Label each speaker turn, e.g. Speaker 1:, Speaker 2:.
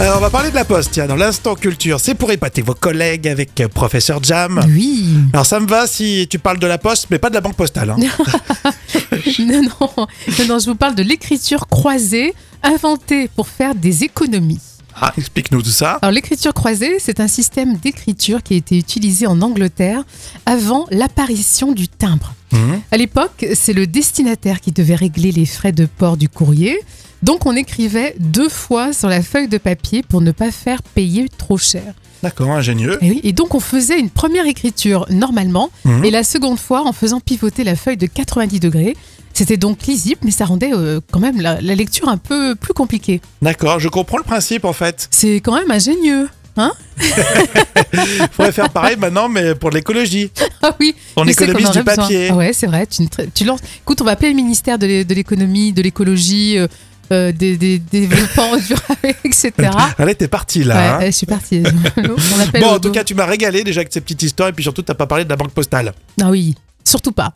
Speaker 1: Alors, Euh, on va parler de la poste, tiens, dans l'instant culture. C'est pour épater vos collègues avec euh, Professeur Jam.
Speaker 2: Oui.
Speaker 1: Alors, ça me va si tu parles de la poste, mais pas de la banque postale. hein.
Speaker 2: non, non, non, non, je vous parle de l'écriture croisée inventée pour faire des économies.
Speaker 1: Ah, explique-nous tout ça.
Speaker 2: Alors l'écriture croisée, c'est un système d'écriture qui a été utilisé en Angleterre avant l'apparition du timbre.
Speaker 1: Mhm.
Speaker 2: À l'époque, c'est le destinataire qui devait régler les frais de port du courrier. Donc on écrivait deux fois sur la feuille de papier pour ne pas faire payer trop cher.
Speaker 1: D'accord, ingénieux.
Speaker 2: Et, oui, et donc on faisait une première écriture normalement
Speaker 1: Mhm.
Speaker 2: et la seconde fois en faisant pivoter la feuille de 90 degrés. C'était donc lisible, mais ça rendait euh, quand même la, la lecture un peu plus compliquée.
Speaker 1: D'accord, je comprends le principe en fait.
Speaker 2: C'est quand même ingénieux.
Speaker 1: Faudrait faire pareil maintenant, mais pour de l'écologie.
Speaker 2: Ah oui,
Speaker 1: On
Speaker 2: je sais qu'on
Speaker 1: économise
Speaker 2: aurait
Speaker 1: du
Speaker 2: besoin.
Speaker 1: papier.
Speaker 2: Ah ouais, c'est vrai. Tu, ne tra- tu lances. Écoute, on va appeler le ministère de l'é- de l'économie, de l'écologie, euh, euh, des, des des développements durables, etc.
Speaker 1: Allez, t'es parti
Speaker 2: Ouais,
Speaker 1: là. hein.
Speaker 2: euh, je suis partie. on appelle
Speaker 1: Bon, en
Speaker 2: Odo.
Speaker 1: tout cas, tu m'as régalé déjà avec ces petites histoires et puis surtout, t'as pas parlé de la banque postale.
Speaker 2: Ah oui, surtout pas.